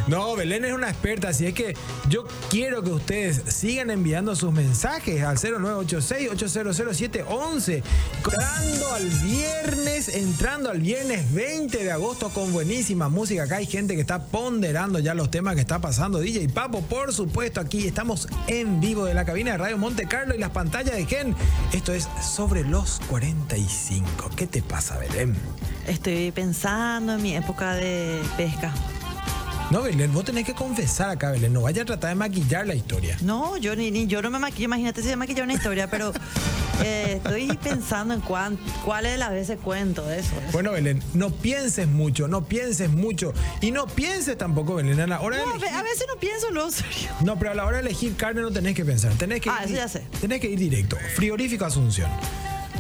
No, Belén es una experta, así es que yo quiero que ustedes sigan enviando sus mensajes al 0986-800711. Entrando al viernes, entrando al viernes 20 de agosto con buenísima música. Acá hay gente que está ponderando ya los temas que está pasando. DJ Papo, por supuesto, aquí estamos en vivo de la cabina de Radio Monte Carlo y las pantallas de Gen. Esto es sobre los 45. ¿Qué te pasa, Belén?
Estoy pensando en mi época de pesca.
No, Belén, vos tenés que confesar acá, Belén. No vaya a tratar de maquillar la historia.
No, yo ni, ni- yo no me maquillo, imagínate si me maquillo una historia, *laughs* pero eh, estoy pensando en cuán, cuáles de las veces cuento eso. ¿eh?
Bueno, Belén, no pienses mucho, no pienses mucho. Y no pienses tampoco, Belén, a la hora de
No, a ve-
elegir-
a veces no pienso, no, serio.
No, pero a la hora de elegir carne no tenés que pensar. Tenés que
Ah,
ir,
eso ya sé.
Tenés que ir directo. Frigorífico Asunción.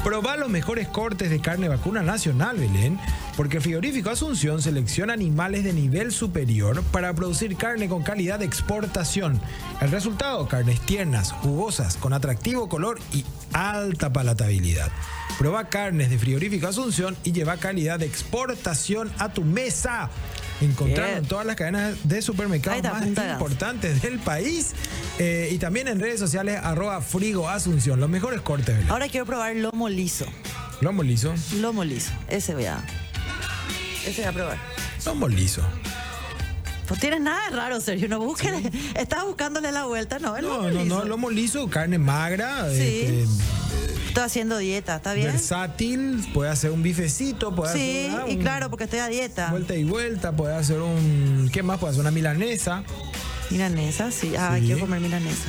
Probá los mejores cortes de carne vacuna nacional, Belén, porque Frigorífico Asunción selecciona animales de nivel superior para producir carne con calidad de exportación. El resultado, carnes tiernas, jugosas, con atractivo color y alta palatabilidad. Probá carnes de Frigorífico Asunción y lleva calidad de exportación a tu mesa. Encontralo
Bien.
en todas las cadenas de
Ahí
supermercados
está,
más
punta de lanza.
importantes importantes del país eh, y también en redes sociales arroba frigo asunción los mejores cortes Belén.
Ahora quiero probar lomo liso.
lomo liso
Ah, Lomo liso. Ese voy a. Ese voy a probar.
lomo liso
No tienes nada de raro, Sergio. No busques. *laughs* Estás buscándole la vuelta, ¿no? El
no
lomo
no
liso.
no lomo liso carne magra
Sí.
este,
Estoy haciendo dieta, ¿está bien?
versátil puede hacer un bifecito puede
Sí,
hacer ah,
y
un-
claro, pues, ah. porque estoy a dieta.
vuelta y vuelta puede hacer un qué más puede hacer una milanesa
Milanesa, sí. Ah,
Sí.
quiero comer milanesa.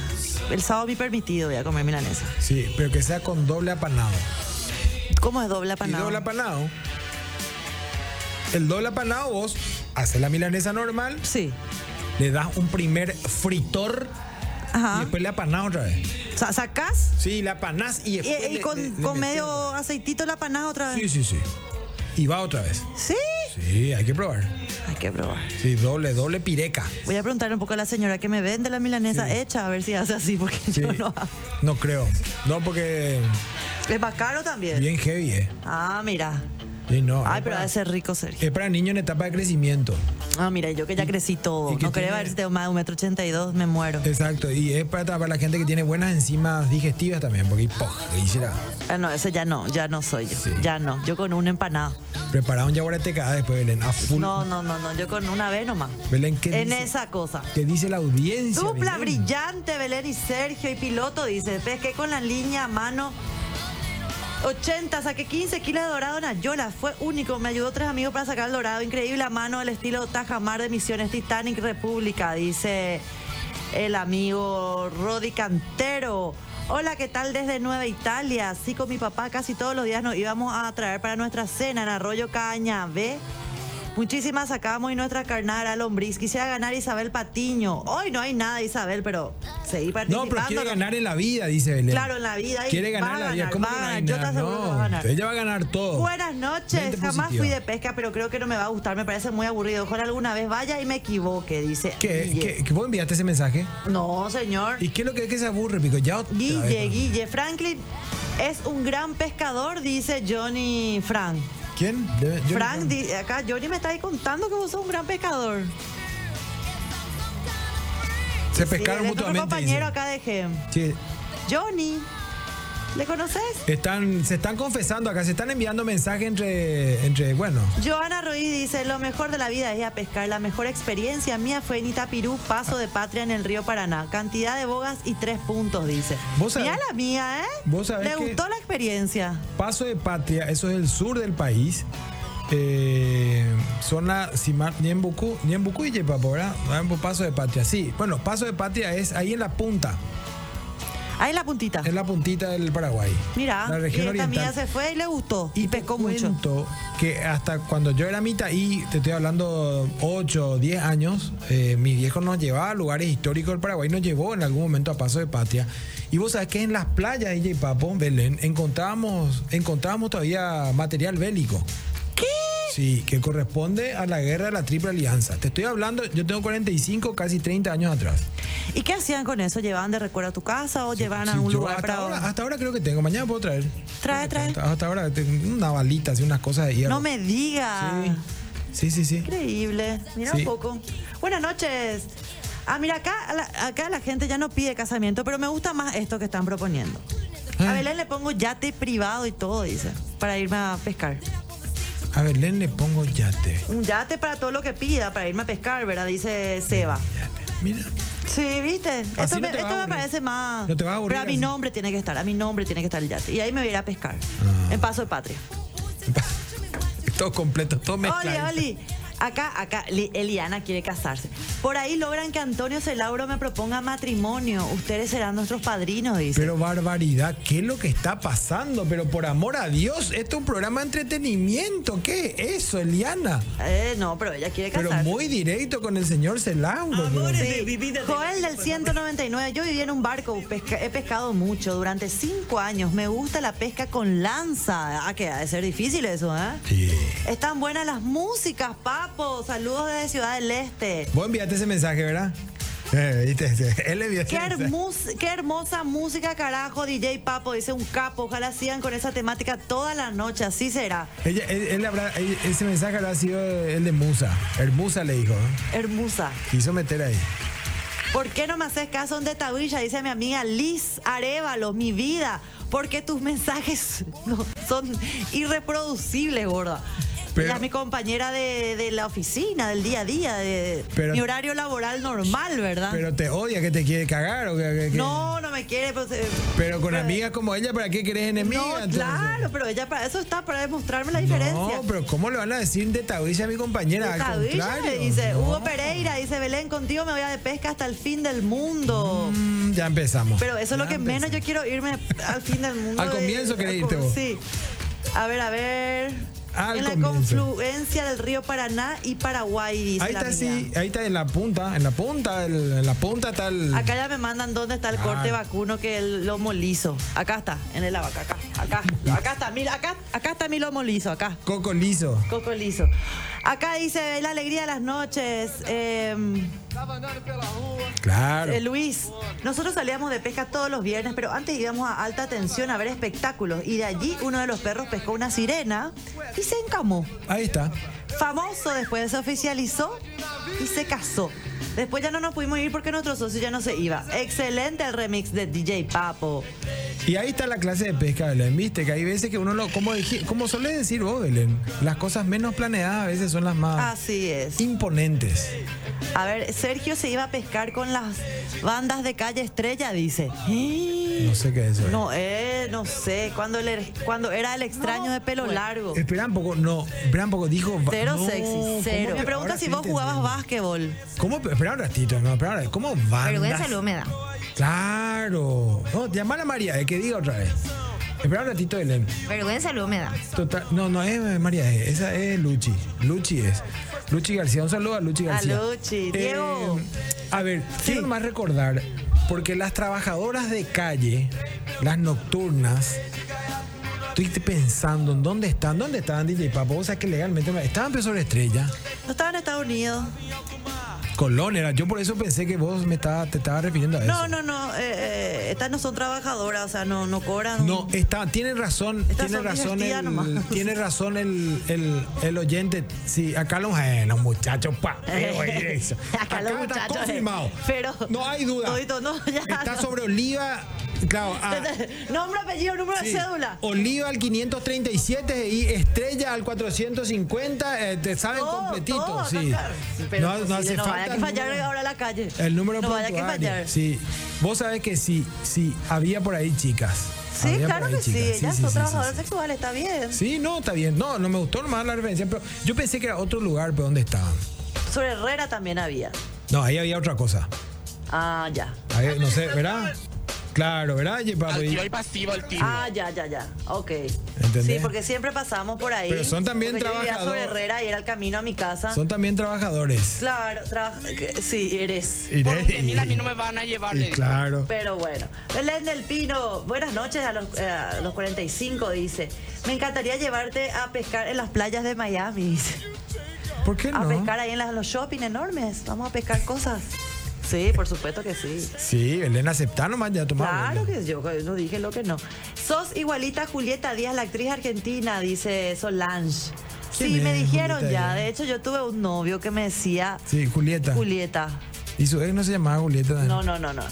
El sábado mi permitido voy a comer milanesa.
sí pero que sea con doble apanado
¿Cómo es doble
y
apanado?
doble apanado el doble apanado vos haces la milanesa normal
Sí.
le das un primer fritor y
Ajá.
después le apanás otra vez
Sa- ¿Sacás?
Sí, la panás y
Y,
después
y
le-
con,
le- le
con medio
metemos.
aceitito la panada otra vez.
Sí, sí, sí. Y va otra vez.
¿Sí?
Sí, hay que probar.
Hay que probar.
Sí, doble, doble pireca.
Voy a preguntarle un poco a la señora que me vende la milanesa hecha, a ver si hace así, porque
Sí.
yo no hago.
No creo. No, porque
Es más caro también.
bien pues. heavy, eh.
Ah, mira.
Sí, no.
Ay,
es
pero
para-
ha de ser rico, Sergio.
Es para niños en etapa de crecimiento.
Ah, mira, yo que ya crecí todo.
y que
No quería
tiene-
ver si tengo más de un metro ochenta y dos, me muero.
Exacto. Y es para, para la gente que tiene buenas enzimas digestivas también, porque po, hiciera
Ah, no, ese ya no, ya no soy yo. Ya no, yo con un empanado.
preparado un yaguareteca después, Belén. A full.
No, no, no, no, yo con una vez nomás.
Belén, ¿qué
En
dice?
esa cosa.
¿Qué dice la audiencia?
Dupla
Belén?
brillante, Belén y Sergio y piloto, dice. Pesqué con la línea a mano. 80, saqué 15 kilos de dorado en Ayola. Fue único. Me ayudó tres amigos para sacar el dorado. Increíble a mano del estilo Tajamar de Misiones Titanic República, dice el amigo Rodi Cantero. Hola, ¿qué tal desde Nueva Italia? Así con mi papá casi todos los días nos íbamos a traer para nuestra cena en Arroyo Cañabé. Muchísimas sacamos y nuestra carnada lombriz. Quisiera ganar Isabel Patiño. Hoy no hay nada, Isabel, pero seguí
No,
participando.
pero quiere ganar en la vida, dice Belén.
Claro, en la vida. y
Quiere
va
ganar
a
la vida.
ganar,
¿Cómo
va
que
a
no hay
ganar? Yo te
nada?
aseguro que va a
No,
ganar.
Ella va a ganar todo.
Buenas noches,
Mente
jamás
positiva.
fui de pesca, pero creo que no me va a gustar, me parece muy aburrido. Ojalá alguna vez vaya y me equivoque, dice.
¿Qué,
Guille.
qué- qué- vos enviaste ese mensaje?
No, señor.
¿Y qué es lo que, que se aburre, Pico? Ya otra
Guille,
vez.
Guille, Franklin es un gran pescador, dice Johnny Frank.
¿Quién? De- Johnny
Frank, di- acá Johnny me está ahí contando que vos sos un gran pescador.
Se
Sí,
pescaron
es nuestro
mutuamente. dice.
compañero acá de GEM.
Sí,
Johnny, ¿le conoces?
están, se están confesando acá, se están enviando mensajes entre, entre, bueno,
Joana Ruiz dice, lo mejor de la vida es ir a pescar. La mejor experiencia mía fue en Itapirú, paso de patria en el río Paraná. Cantidad de bogas y tres puntos, dice.
Vos sabés-
Mira la mía, ¿eh?
vos sabés
Le
que-
gustó la experiencia.
Paso de Patria, eso es el sur del país. Eh, zona Simar, Niembucú, Niembucú y Yepapo, ¿verdad? Niembu- Paso de Patria, sí. Bueno, Paso de Patria es ahí en la punta,
Ahí en la puntita.
en la puntita del Paraguay.
Mira, eh,
la
y
región
esta
oriental.
mía se fue y le gustó. Y,
Y te
pescó mucho.
cuento que hasta cuando yo era mitad, y te estoy hablando 8, 10 años, eh, mi viejo nos llevaba a lugares históricos del Paraguay, nos llevó en algún momento a Paso de Patria. Y vos sabés que en las playas de Papo, Belén, encontrábamos, encontrábamos todavía material bélico. ¿Qué? Sí, que corresponde a la guerra de la Triple Alianza. Te estoy hablando, yo tengo 45, casi 30 años atrás.
¿Y qué hacían con eso? ¿Llevaban de recuerdo a tu casa o llevaban a
Sí,
algún
yo
lugar
hasta,
para
ahora, hasta ahora creo que tengo, mañana puedo traer.
Trae, trae.
Hasta, hasta ahora tengo una balita, así unas cosas de hierro.
No me digas.
Sí, sí, sí.
Increíble. Mira
Sí.
un poco. Buenas noches. Ah, mira, acá la, acá la gente ya no pide casamiento, pero me gusta más esto que están proponiendo. A
Ah.
Belén le pongo yate privado y todo, dice, para irme a pescar.
A Belén le pongo yate.
Un yate para todo lo que pida, para irme a pescar, ¿verdad? Dice Seba.
Yate. Mira. *laughs*
Sí, viste. Esto,
no
me,
te va
esto
a
me
aburrir.
parece más.
No te va a aburrir
Pero a mi
así.
nombre tiene que estar, a mi nombre tiene que estar el yate. Y ahí me voy a ir a
Ah.
pescar. En paso de patria.
Todo completo, todo
Oli,
mezclado.
Oli. Acá, acá, Li- Eliana quiere casarse. Por ahí logran que Antonio Celauro me proponga matrimonio. Ustedes serán nuestros padrinos, dice.
Pero barbaridad, ¿qué es lo que está pasando? Pero por amor a Dios, esto es un programa de entretenimiento. ¿Qué es eso, Eliana?
Eh, no, pero ella quiere
Pero
casarse.
muy directo con el señor Celauro. pero-
Amores
Sí.
de mi vida. de-
Joel del 199, yo viví en un barco, pesca- he pescado mucho durante cinco años, me gusta la pesca con lanza. Ah, que ha de ser difícil eso, ¿eh?
Sí.
Están buenas las músicas, papo. Saludos desde Ciudad del Este.
Vos enviaste ese mensaje, ¿verdad? Eh, ¿viste? *laughs* Él le envió ese
Qué,
mensaje.
hermos- qué hermosa música, carajo, DJ Papo, dice un capo. Ojalá sigan con esa temática toda la noche, así será.
Ella- él- él habrá- él- ese mensaje habrá sido el de Musa. Hermusa le dijo. ¿eh?
Hermosa.
Quiso meter ahí.
¿Por qué no me haces caso de Tabilla? Dice mi amiga Liz Arevalo, mi vida. Porque tus mensajes *laughs* no- son irreproducibles, gorda.
Pero-
Ella es mi compañera de, de la oficina, del día a día, de
Pero-
mi horario laboral normal, ¿verdad?
Pero te odia, que te quiere cagar. O que, que- que-
Ah. no, no me quiere. Pero, se-
Pero con
pero-
amigas como ella, ¿para qué querés enemiga?
No,
entonces?
claro, pero ella para eso está, para demostrarme la diferencia.
No, pero ¿cómo le van a decir de Tabilla a mi compañera? Al
Tabilla
contrario.
le dice,
No.
Hugo Pereira, dice Belén, contigo me voy a de pesca hasta el fin del mundo.
Mm, Ya empezamos.
Pero eso es lo
Ya
que menos yo
empezamos.
quiero irme al fin del mundo.
Al
de-
comienzo querés
al
irte
com-
vos.
Sí. A ver, a ver.
Al
en la
comienzo.
confluencia del río Paraná y Paraguay, dice
Ahí
la
está,
mía.
sí, ahí está en la punta, en la punta, el- en la punta está el...
Acá ya me mandan dónde está el
Ah.
corte vacuno que el lomo liso. Acá está, en el abaca, acá, acá, acá está, mira, acá, acá está mi lomo liso, acá.
Coco liso.
Coco liso. Acá dice la alegría de las noches. em,
Claro.
Eh, Luis, nosotros salíamos de pesca todos los viernes, pero antes íbamos a alta tensión a ver espectáculos. Y de allí uno de los perros pescó una sirena y se encamó.
Ahí está.
Famoso después se oficializó y se casó. Después ya no nos pudimos ir porque nuestro socio ya no se iba. Excelente el remix de DJ Papo.
Y ahí está la clase de pesca, Belén. Viste que hay veces que uno lo... Como, dije- como solés decir vos, Belén, las cosas menos planeadas a veces son las más
Así es.
imponentes.
A ver, Sergio se iba a pescar con las bandas de calle Estrella, dice.
No sé qué es eso.
No, eh, no sé. Cuando, el- cuando era el extraño de pelo largo.
Espera un poco, no, espera un poco, dijo... va-
Cero
no,
sexy,
¿cómo
cero.
que-
Me pregunta
ahora
si
sí
vos jugabas
entendí.
básquetbol.
¿Cómo? Espera un ratito, no, espera un ratito. ¿Cómo van?
Vergüenza la húmeda.
Claro. No, llamar a María, eh, que diga otra vez. Espera un ratito, Belén.
Vergüenza la húmeda.
Total, no, no es eh, María, eh, esa es Luchi. Luchi es. Luchi García, un saludo a Luchi García.
Ah, Luchi, Diego.
Eh, A ver, quiero nomás recordar, porque las trabajadoras de calle, las nocturnas, estoy pensando en dónde están, dónde estaban DJ Papo, o sea que legalmente me- estaban Peor sobre Estrella,
No estaba en Estados Unidos.
Colón era, yo por eso pensé que vos me estaba, te estabas refiriendo a eso.
No, no, no. eh, eh, estas no son trabajadoras, o sea, no, no cobran. *laughs*
No, eh. está, tiene razón,
Estas
tiene
son
razón,
divertidas
el, *laughs*
nomás.
tiene razón el, el, el oyente. Sí, acá los, eh, los muchachos,
*laughs*
pa, eh, oye, eso.
Acá los
está
muchachos, eh,
confirmado.
pero
no hay duda.
todito no, ya
está
no.
sobre Oliva, claro, a-
Nombre, apellido, número
sí, Oh,
de cédula.
Oliva al 537 y Estrella al 450, eh, te saben
Todo,
completito,
todo,
sí.
claro. Pero
no, no
imposible,
hace
no
falta.
Vaya
el
que fallar
número.
ahora la calle.
El número
No vaya que
puntual,
fallar.
Sí. Vos sabés que sí, sí, había por ahí chicas.
Sí,
Había por
claro
ahí
que sí.
chicas.
Ellas son
sí,
trabajadoras
sí.
sexuales, está bien.
Sí, no, está bien. No, no me gustó nomás la referencia, pero yo pensé que era otro lugar, pero ¿dónde estaban?
Sobre Herrera también había.
No, ahí había otra cosa.
Ah, ya.
Ahí, no sé, ¿verdad? Claro, ¿verdad? Ye, papo? Y-
Activo y pasivo el tipo.
Ah, ya, ya, ya. Ok.
¿Entendés?
Sí, porque siempre pasamos por ahí.
Pero son también
Porque yo vivía
trabajador-
sobre Herrera y era el camino a mi casa.
Son también trabajadores.
Claro, tra- que- sí, eres.
Y,
Por
de-
un mil a mí no me van a llevar. ¿eh?
y-
le
y
digo.
claro.
Pero bueno. Belén del Pino, buenas noches a los, eh, a los 45, dice. Me encantaría llevarte a pescar en las playas de Miami, dice.
¿Por qué
A
no?
pescar ahí en las- los shopping enormes. Vamos a pescar cosas. Sí, por supuesto que sí.
Sí, Belén aceptar nomás ya tomar.
Claro que yo no dije lo que no. Sos igualita a Julieta Díaz, la actriz argentina, dice Solange. Sí,
¿Quién
me
es
dijeron
Julieta
ya.
Díaz? Ah.
De hecho, yo tuve un novio que me decía
Sí, Julieta.
Julieta.
Y su ex no se llamaba Julieta.
No, no, no, no.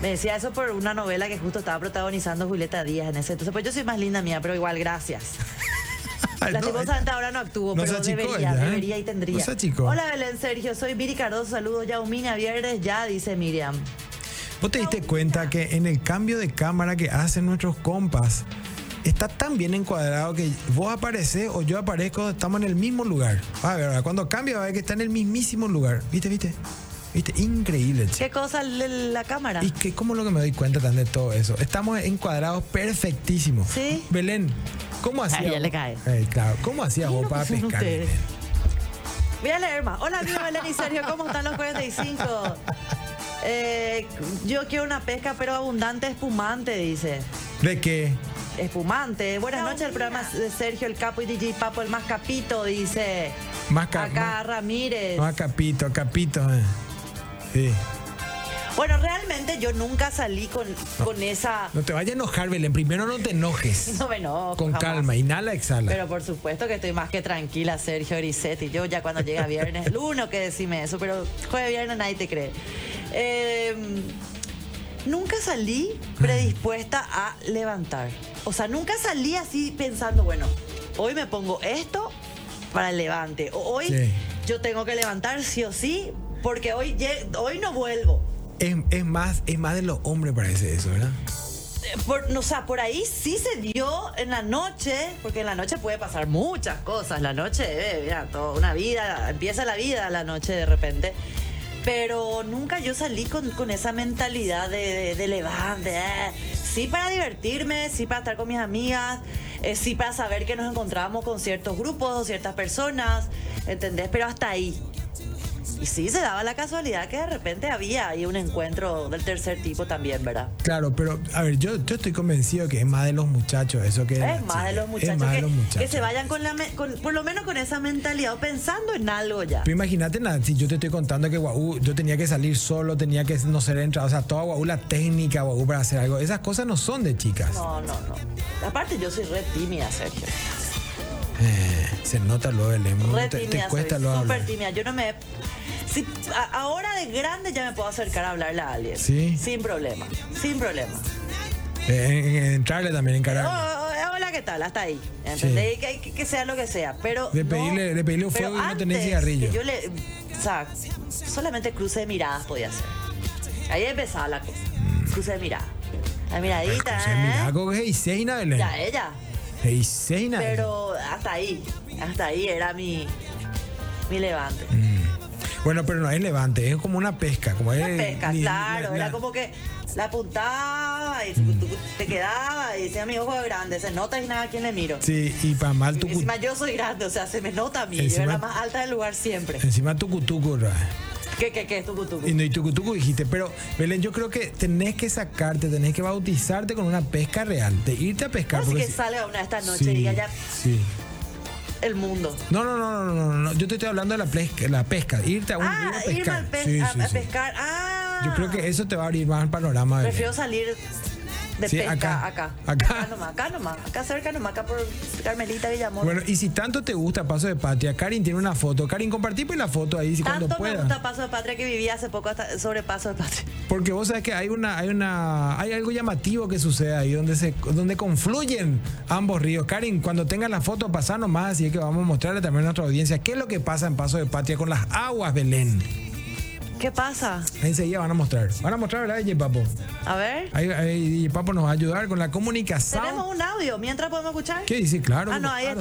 Me decía eso por una novela que justo estaba protagonizando Julieta Díaz en ese entonces. Pues yo soy más linda mía, pero igual, gracias.
*laughs* Ay, *laughs*
La
no, eh,
lastimosamente ahora no actuó,
no se
pero
achicó
debería,
ella, ¿eh?
debería y tendría.
No se achicó.
Hola Belén Sergio, soy Viri Cardoso, saludos ya Umina Viernes, ya dice Miriam.
¿Vos te diste cuenta que en el cambio de cámara que hacen nuestros compas, está tan bien encuadrado que vos apareces o yo aparezco, estamos en el mismo lugar. A ver, ahora, cuando cambia, va a ver que está en el mismísimo lugar. ¿Viste, viste? ¿Viste? Increíble, che.
¿Qué cosa le- la cámara?
Y que cómo es lo que me doy cuenta tan de todo eso. Estamos encuadrados perfectísimo.
Sí.
Belén, ¿cómo hacías?
ya
vos-
le cae.
Eh, claro, ¿cómo hacías
Mira
vos
lo que
para
son
pescar?
ustedes.
Belén?
Voy a leer más. Hola, amigo Belén y Sergio, ¿cómo están los 45? Eh, yo quiero una pesca, pero abundante, espumante, dice.
¿De qué?
Espumante. Buenas noches, el programa es de Sergio, el capo y DJ Papo, el más capito, dice.
Más ca-
Acá
más-
Ramírez.
No, a capito, a capito. eh. Sí.
Bueno, realmente yo nunca salí con, con esa...
No te vayas a enojar, Belén. Primero no te enojes.
No me enojo,
Con
jamás.
calma, inhala, exhala.
Pero por supuesto que estoy más que tranquila, Sergio Grisetti. Yo ya cuando llega viernes, el uno que decime eso, pero jueves viernes nadie te cree. Eh, nunca salí predispuesta a levantar. O sea, nunca salí así pensando, bueno, hoy me pongo esto para el levante. O hoy
Sí.
yo tengo que levantar sí o sí, porque hoy, lle- hoy no vuelvo.
Es, es más, es más de los hombres parece eso, ¿verdad?
Eh, por- no, o sea, por ahí sí se dio en la noche, porque en la noche puede pasar muchas cosas. La noche, eh, mira, toda una vida, empieza la vida la noche de repente. Pero nunca yo salí con, con esa mentalidad de, de- de levante. eh. Sí para divertirme, sí para estar con mis amigas, eh, sí para saber que nos encontrábamos con ciertos grupos o ciertas personas, ¿entendés? Pero hasta ahí. Y sí se daba la casualidad que de repente había ahí un encuentro del tercer tipo también, ¿verdad?
Claro, pero a ver, yo, yo estoy convencido que es más de los muchachos eso que de las
Es más de
chicas.
los muchachos,
Es más
que,
de los muchachos.
que se vayan con la me- con- por lo menos con esa mentalidad o pensando en algo ya.
Pero imagínate, Nat, si yo te estoy contando que Guau, yo tenía que salir solo, tenía que no ser entrado, o sea, toda Guau la técnica Guau para hacer algo, esas cosas no son de chicas.
No, no, no. Aparte yo soy re tímida, Sergio.
Eh, se nota lo del emo,
Re
te,
tímida,
te cuesta
soy
lo hablar.
súper tímida. Yo no me si- a- ahora de grande ya me puedo acercar a hablarle a alguien.
Sí.
Sin problema. Sin problema.
Eh, en- en- entrarle también, encararle.
Oh, oh, hola, ¿qué tal? Hasta ahí. ¿Entendés? Y Que, que- que sea lo que sea. Pero.
De pedirle- de pedirle un
pero
fuego y no tener
antes,
cigarrillo.
que Yo le. O sea, solamente cruce de miradas podía hacer. Ahí empezaba la cosa.
Mm.
Cruce de miradas. La
Pues
miradita,
O sea,
¿eh?
mira, algo que es Iseina, Belén.
Ya, ella.
Iseina.
Pero hasta ahí. Hasta ahí era mi. Mi levante.
Bueno, pero no es levante, es como una pesca. Como
Una
es,
pesca,
ni-
claro.
la-
era
la-
como que la apuntaba y te quedaba y decía, mi ojo es grande, se nota y nada a quién le miro.
Sí, y para mal tu
Encima yo soy grande, o sea, se me nota a mí.
Encima-
Yo era la más alta del lugar siempre.
Encima tucutucu, ra.
¿Qué, qué, qué? Tucu, tucu.
Y no, y tucutucu dijiste, pero Belén, yo creo que tenés que sacarte, tenés que bautizarte con una pesca real, de irte a pescar.
Así
porque
que
si-
salga una de estas noches y
Sí,
diga ya
sí.
el mundo.
No, no, no, no, no, no, no, yo te estoy hablando de la, pesca, la pesca, irte a un
Ah,
río
irme
a
al pe-
pescar. Sí,
a,
sí,
a
sí.
pescar. Ah.
Yo creo que eso te va a abrir más el panorama. Belén.
Prefiero salir de
Sí,
pesca
acá.
acá.
Acá.
nomás, acá nomás. Acá cerca nomás, acá por Carmelita Villamor.
Bueno, y si tanto te gusta Paso de Patria, Karin tiene una foto. Karin, compartí pues la foto ahí si
Tanto
cuando
me
pueda.
gusta Paso de Patria que viví hace poco hasta sobre Paso de Patria.
Porque vos sabés que hay una, hay una, hay algo llamativo que sucede ahí donde se, donde confluyen ambos ríos. Karin, cuando tengas la foto, pasá nomás y es que vamos a mostrarle también a nuestra audiencia qué es lo que pasa en Paso de Patria con las aguas Belén.
¿Qué pasa?
Enseguida van a mostrar. Van a mostrar, ¿verdad, DJ Papo?
A ver.
Ahí, ahí DJ Papo nos va a ayudar con la comunicación.
Tenemos un audio, mientras podemos escuchar.
¿Qué dice? Claro.
Ah, no, ahí
claro.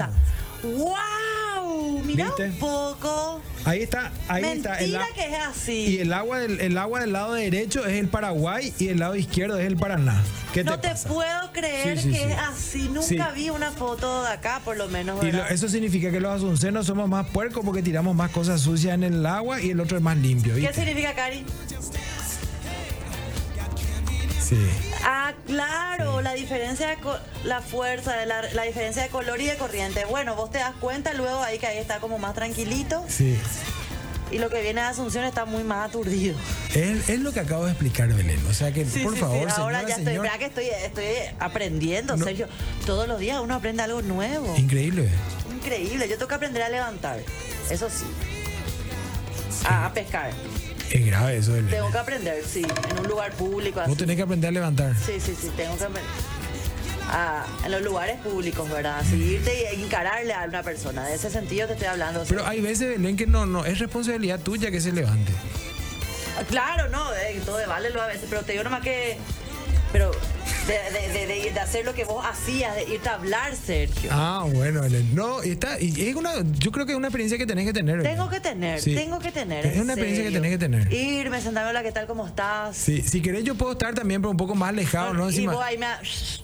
está. ¡Wow! Mira
¿Viste?
un poco.
Ahí está, ahí
Mentira
está. el a-
que es
Y
así.
el agua, del, el agua del lado derecho es el Paraguay y el lado izquierdo es el Paraná. ¿Qué
no te,
pasa?
puedo creer
Sí, sí,
que
sí.
es así. Nunca
Sí.
vi una foto de acá, por lo menos.
Y lo-
¿verdad?
eso significa que los asuncenos somos más puercos porque tiramos más cosas sucias en el agua y el otro es más limpio.
¿Qué
¿viste?
significa, Cari?
Sí.
Ah, claro, la diferencia de co- la fuerza, de la, la diferencia de color y de corriente. Bueno, vos te das cuenta luego ahí que ahí está como más tranquilito
Sí.
y lo que viene de Asunción está muy más aturdido.
Es, es lo que acabo de explicar, Belén. O sea que,
Sí,
por
sí, sí,
favor,
ahora
señora,
ya estoy,
señor.
verdad que estoy, estoy aprendiendo,
No.
Sergio. Todos los días uno aprende algo nuevo.
Increíble.
Increíble, yo tengo que aprender a levantar, eso sí. A, a pescar.
Es grave eso, Belén.
Tengo que aprender, sí, en un lugar público.
Vos
Así.
tenés que aprender a levantar.
Sí, sí, sí, tengo que aprender. a- en los lugares públicos, ¿verdad? Así, irte y encararle a una persona. De ese sentido te estoy hablando. o sea,
Pero hay veces, Belén, que no, no, es responsabilidad tuya que se levante.
Claro, no, eh, todo de vale lo a veces, pero te digo nomás que. Pero de, de- de- de- de hacer lo que vos hacías, de irte a hablar, Sergio.
Ah, bueno, Belén. no, y está, y es una, yo creo que es una experiencia que tenés que tener. Belén.
Tengo que tener,
Sí.
tengo que tener.
Es
en
una experiencia que
serio.
tenés que tener.
Irme, sentarme, hola, ¿qué tal? ¿Cómo estás?
Sí, si querés yo puedo estar también, pero un poco más alejado, Ah, ¿no?
y
Encima-
vos ahí me...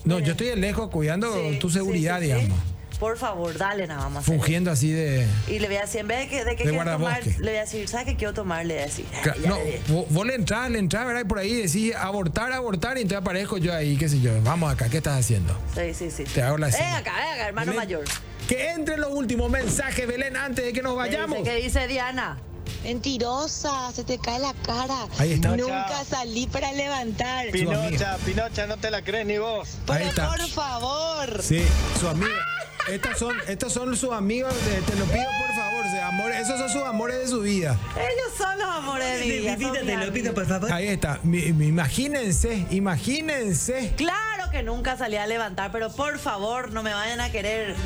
no, yo estoy de lejos cuidando
Sí,
tu
sí,
seguridad,
sí, sí.
digamos.
Por favor, dale nada más. Sergio.
Fungiendo así de...
Y le voy a decir, en vez de que, de que
De
quiero tomar,
guardabosque.
le voy a decir, ¿sabes qué quiero tomar? Le voy a decir, "Ah,
Claro,
ya
no,
le dije".
vo- vos le entrás, le entrás, ¿verdad? Y por ahí decís abortar, abortar, y entonces aparezco yo ahí, qué sé yo. Vamos acá, ¿qué estás haciendo?
Sí, sí, sí.
Te hago la
Ven
seña.
acá, ven acá, hermano
Belén,
mayor.
Que entre los últimos mensajes, Belén, antes de que nos
¿Qué dice-
vayamos.
¿Qué dice Diana?
Mentirosa, se te cae la cara.
Ahí está.
Nunca salí para levantar.
Su
Pinocha,
amiga.
Pinocha, no te la crees ni vos.
Ahí
Pero
está.
por favor.
Sí, su amiga. Estas son, estos son sus amigos, de- te lo pido por favor, de amor, esos son sus amores de su vida.
Ellos son los amores de mi vida. son mis amigos.
Ahí está, Mi- mi- imagínense, imagínense.
Claro que nunca salí a levantar, pero por favor no me vayan a querer.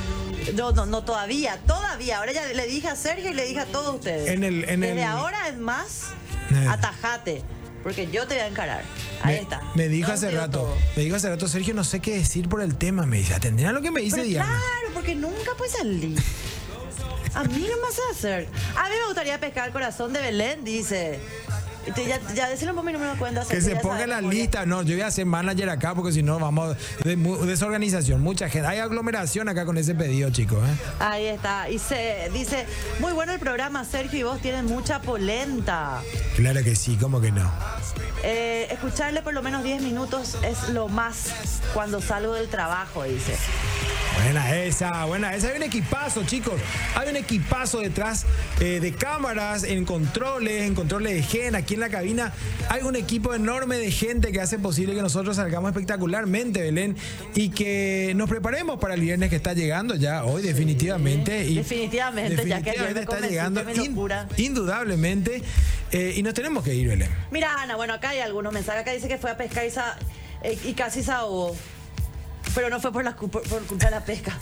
No, no, no, todavía, todavía. Ahora ya le dije a Sergio y le dije a todos ustedes.
En el- en
Desde
el-
ahora es más,
Eh.
atajate, porque yo te voy a encarar. Ahí
me,
está.
me dijo
Todo
hace
digo
rato,
todo.
me dijo hace rato, Sergio, no sé qué decir por el tema, me dice, atendrá lo que me dice
Pero
Diana.
claro, porque nunca pues salí. A mí no me vas a hacer. A mí me gustaría pescar el corazón de Belén, dice. Y te- ya, ya decirle por mi número de cuenta.
Que
Sergio,
se
ya
ponga
sabes
en la
cómo voy a-
lista, no, yo voy a ser manager acá porque si no vamos de mu- desorganización, mucha gente. Hay aglomeración acá con ese pedido, chicos. ¿eh?
Ahí está. Y se dice, muy bueno el programa, Sergio, y vos tienes mucha polenta.
Claro que sí, ¿cómo que no?
Eh, escucharle por lo menos 10 minutos es lo más cuando salgo del trabajo, dice.
Buena esa, buena esa. Hay un equipazo, chicos. Hay un equipazo detrás eh, de cámaras, en controles, en controles de gen, aquí en la cabina. Hay un equipo enorme de gente que hace posible que nosotros salgamos espectacularmente, Belén, y que nos preparemos para el viernes que está llegando ya hoy, definitivamente. y
definitivamente, ya que ayer me
definitivamente está
convenciste,
llegando,
mi
in-
locura.
indudablemente. eh, y nos tenemos que ir, Belén.
Mira, Ana, bueno, acá hay algunos mensajes. Acá dice que fue a pescar y, sa- eh, y casi se ahogó. Pero no fue por, la, cu- por, por culpa de la pesca.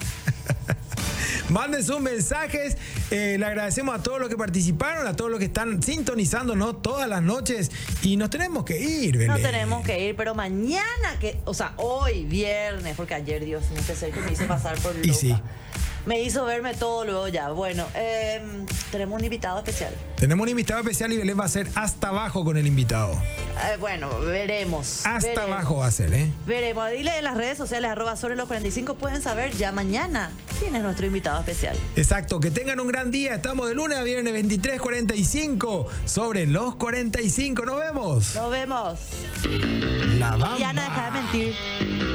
Manden sus mensajes. Eh, le agradecemos a todos los que participaron, a todos los que están sintonizándonos todas las noches. Y nos tenemos que ir, Belén.
No tenemos que ir, pero mañana, que, o sea, hoy viernes, porque ayer Dios mío, que Sergio me hizo pasar por loca.
Y sí.
Me hizo verme todo luego ya. Bueno, em, tenemos un invitado especial.
Tenemos un invitado especial y Belén va a ser hasta abajo con el invitado.
Eh, bueno, veremos.
Hasta
veremos.
abajo va a ser, ¿eh?
Veremos. Dile en las redes sociales, arroba sobre los 45, pueden saber ya mañana quién es nuestro invitado especial.
Exacto, que tengan un gran día. Estamos de lunes a viernes 23.45 sobre los 45. Nos vemos.
Nos vemos.
La Bamba.
Diana, deja de mentir.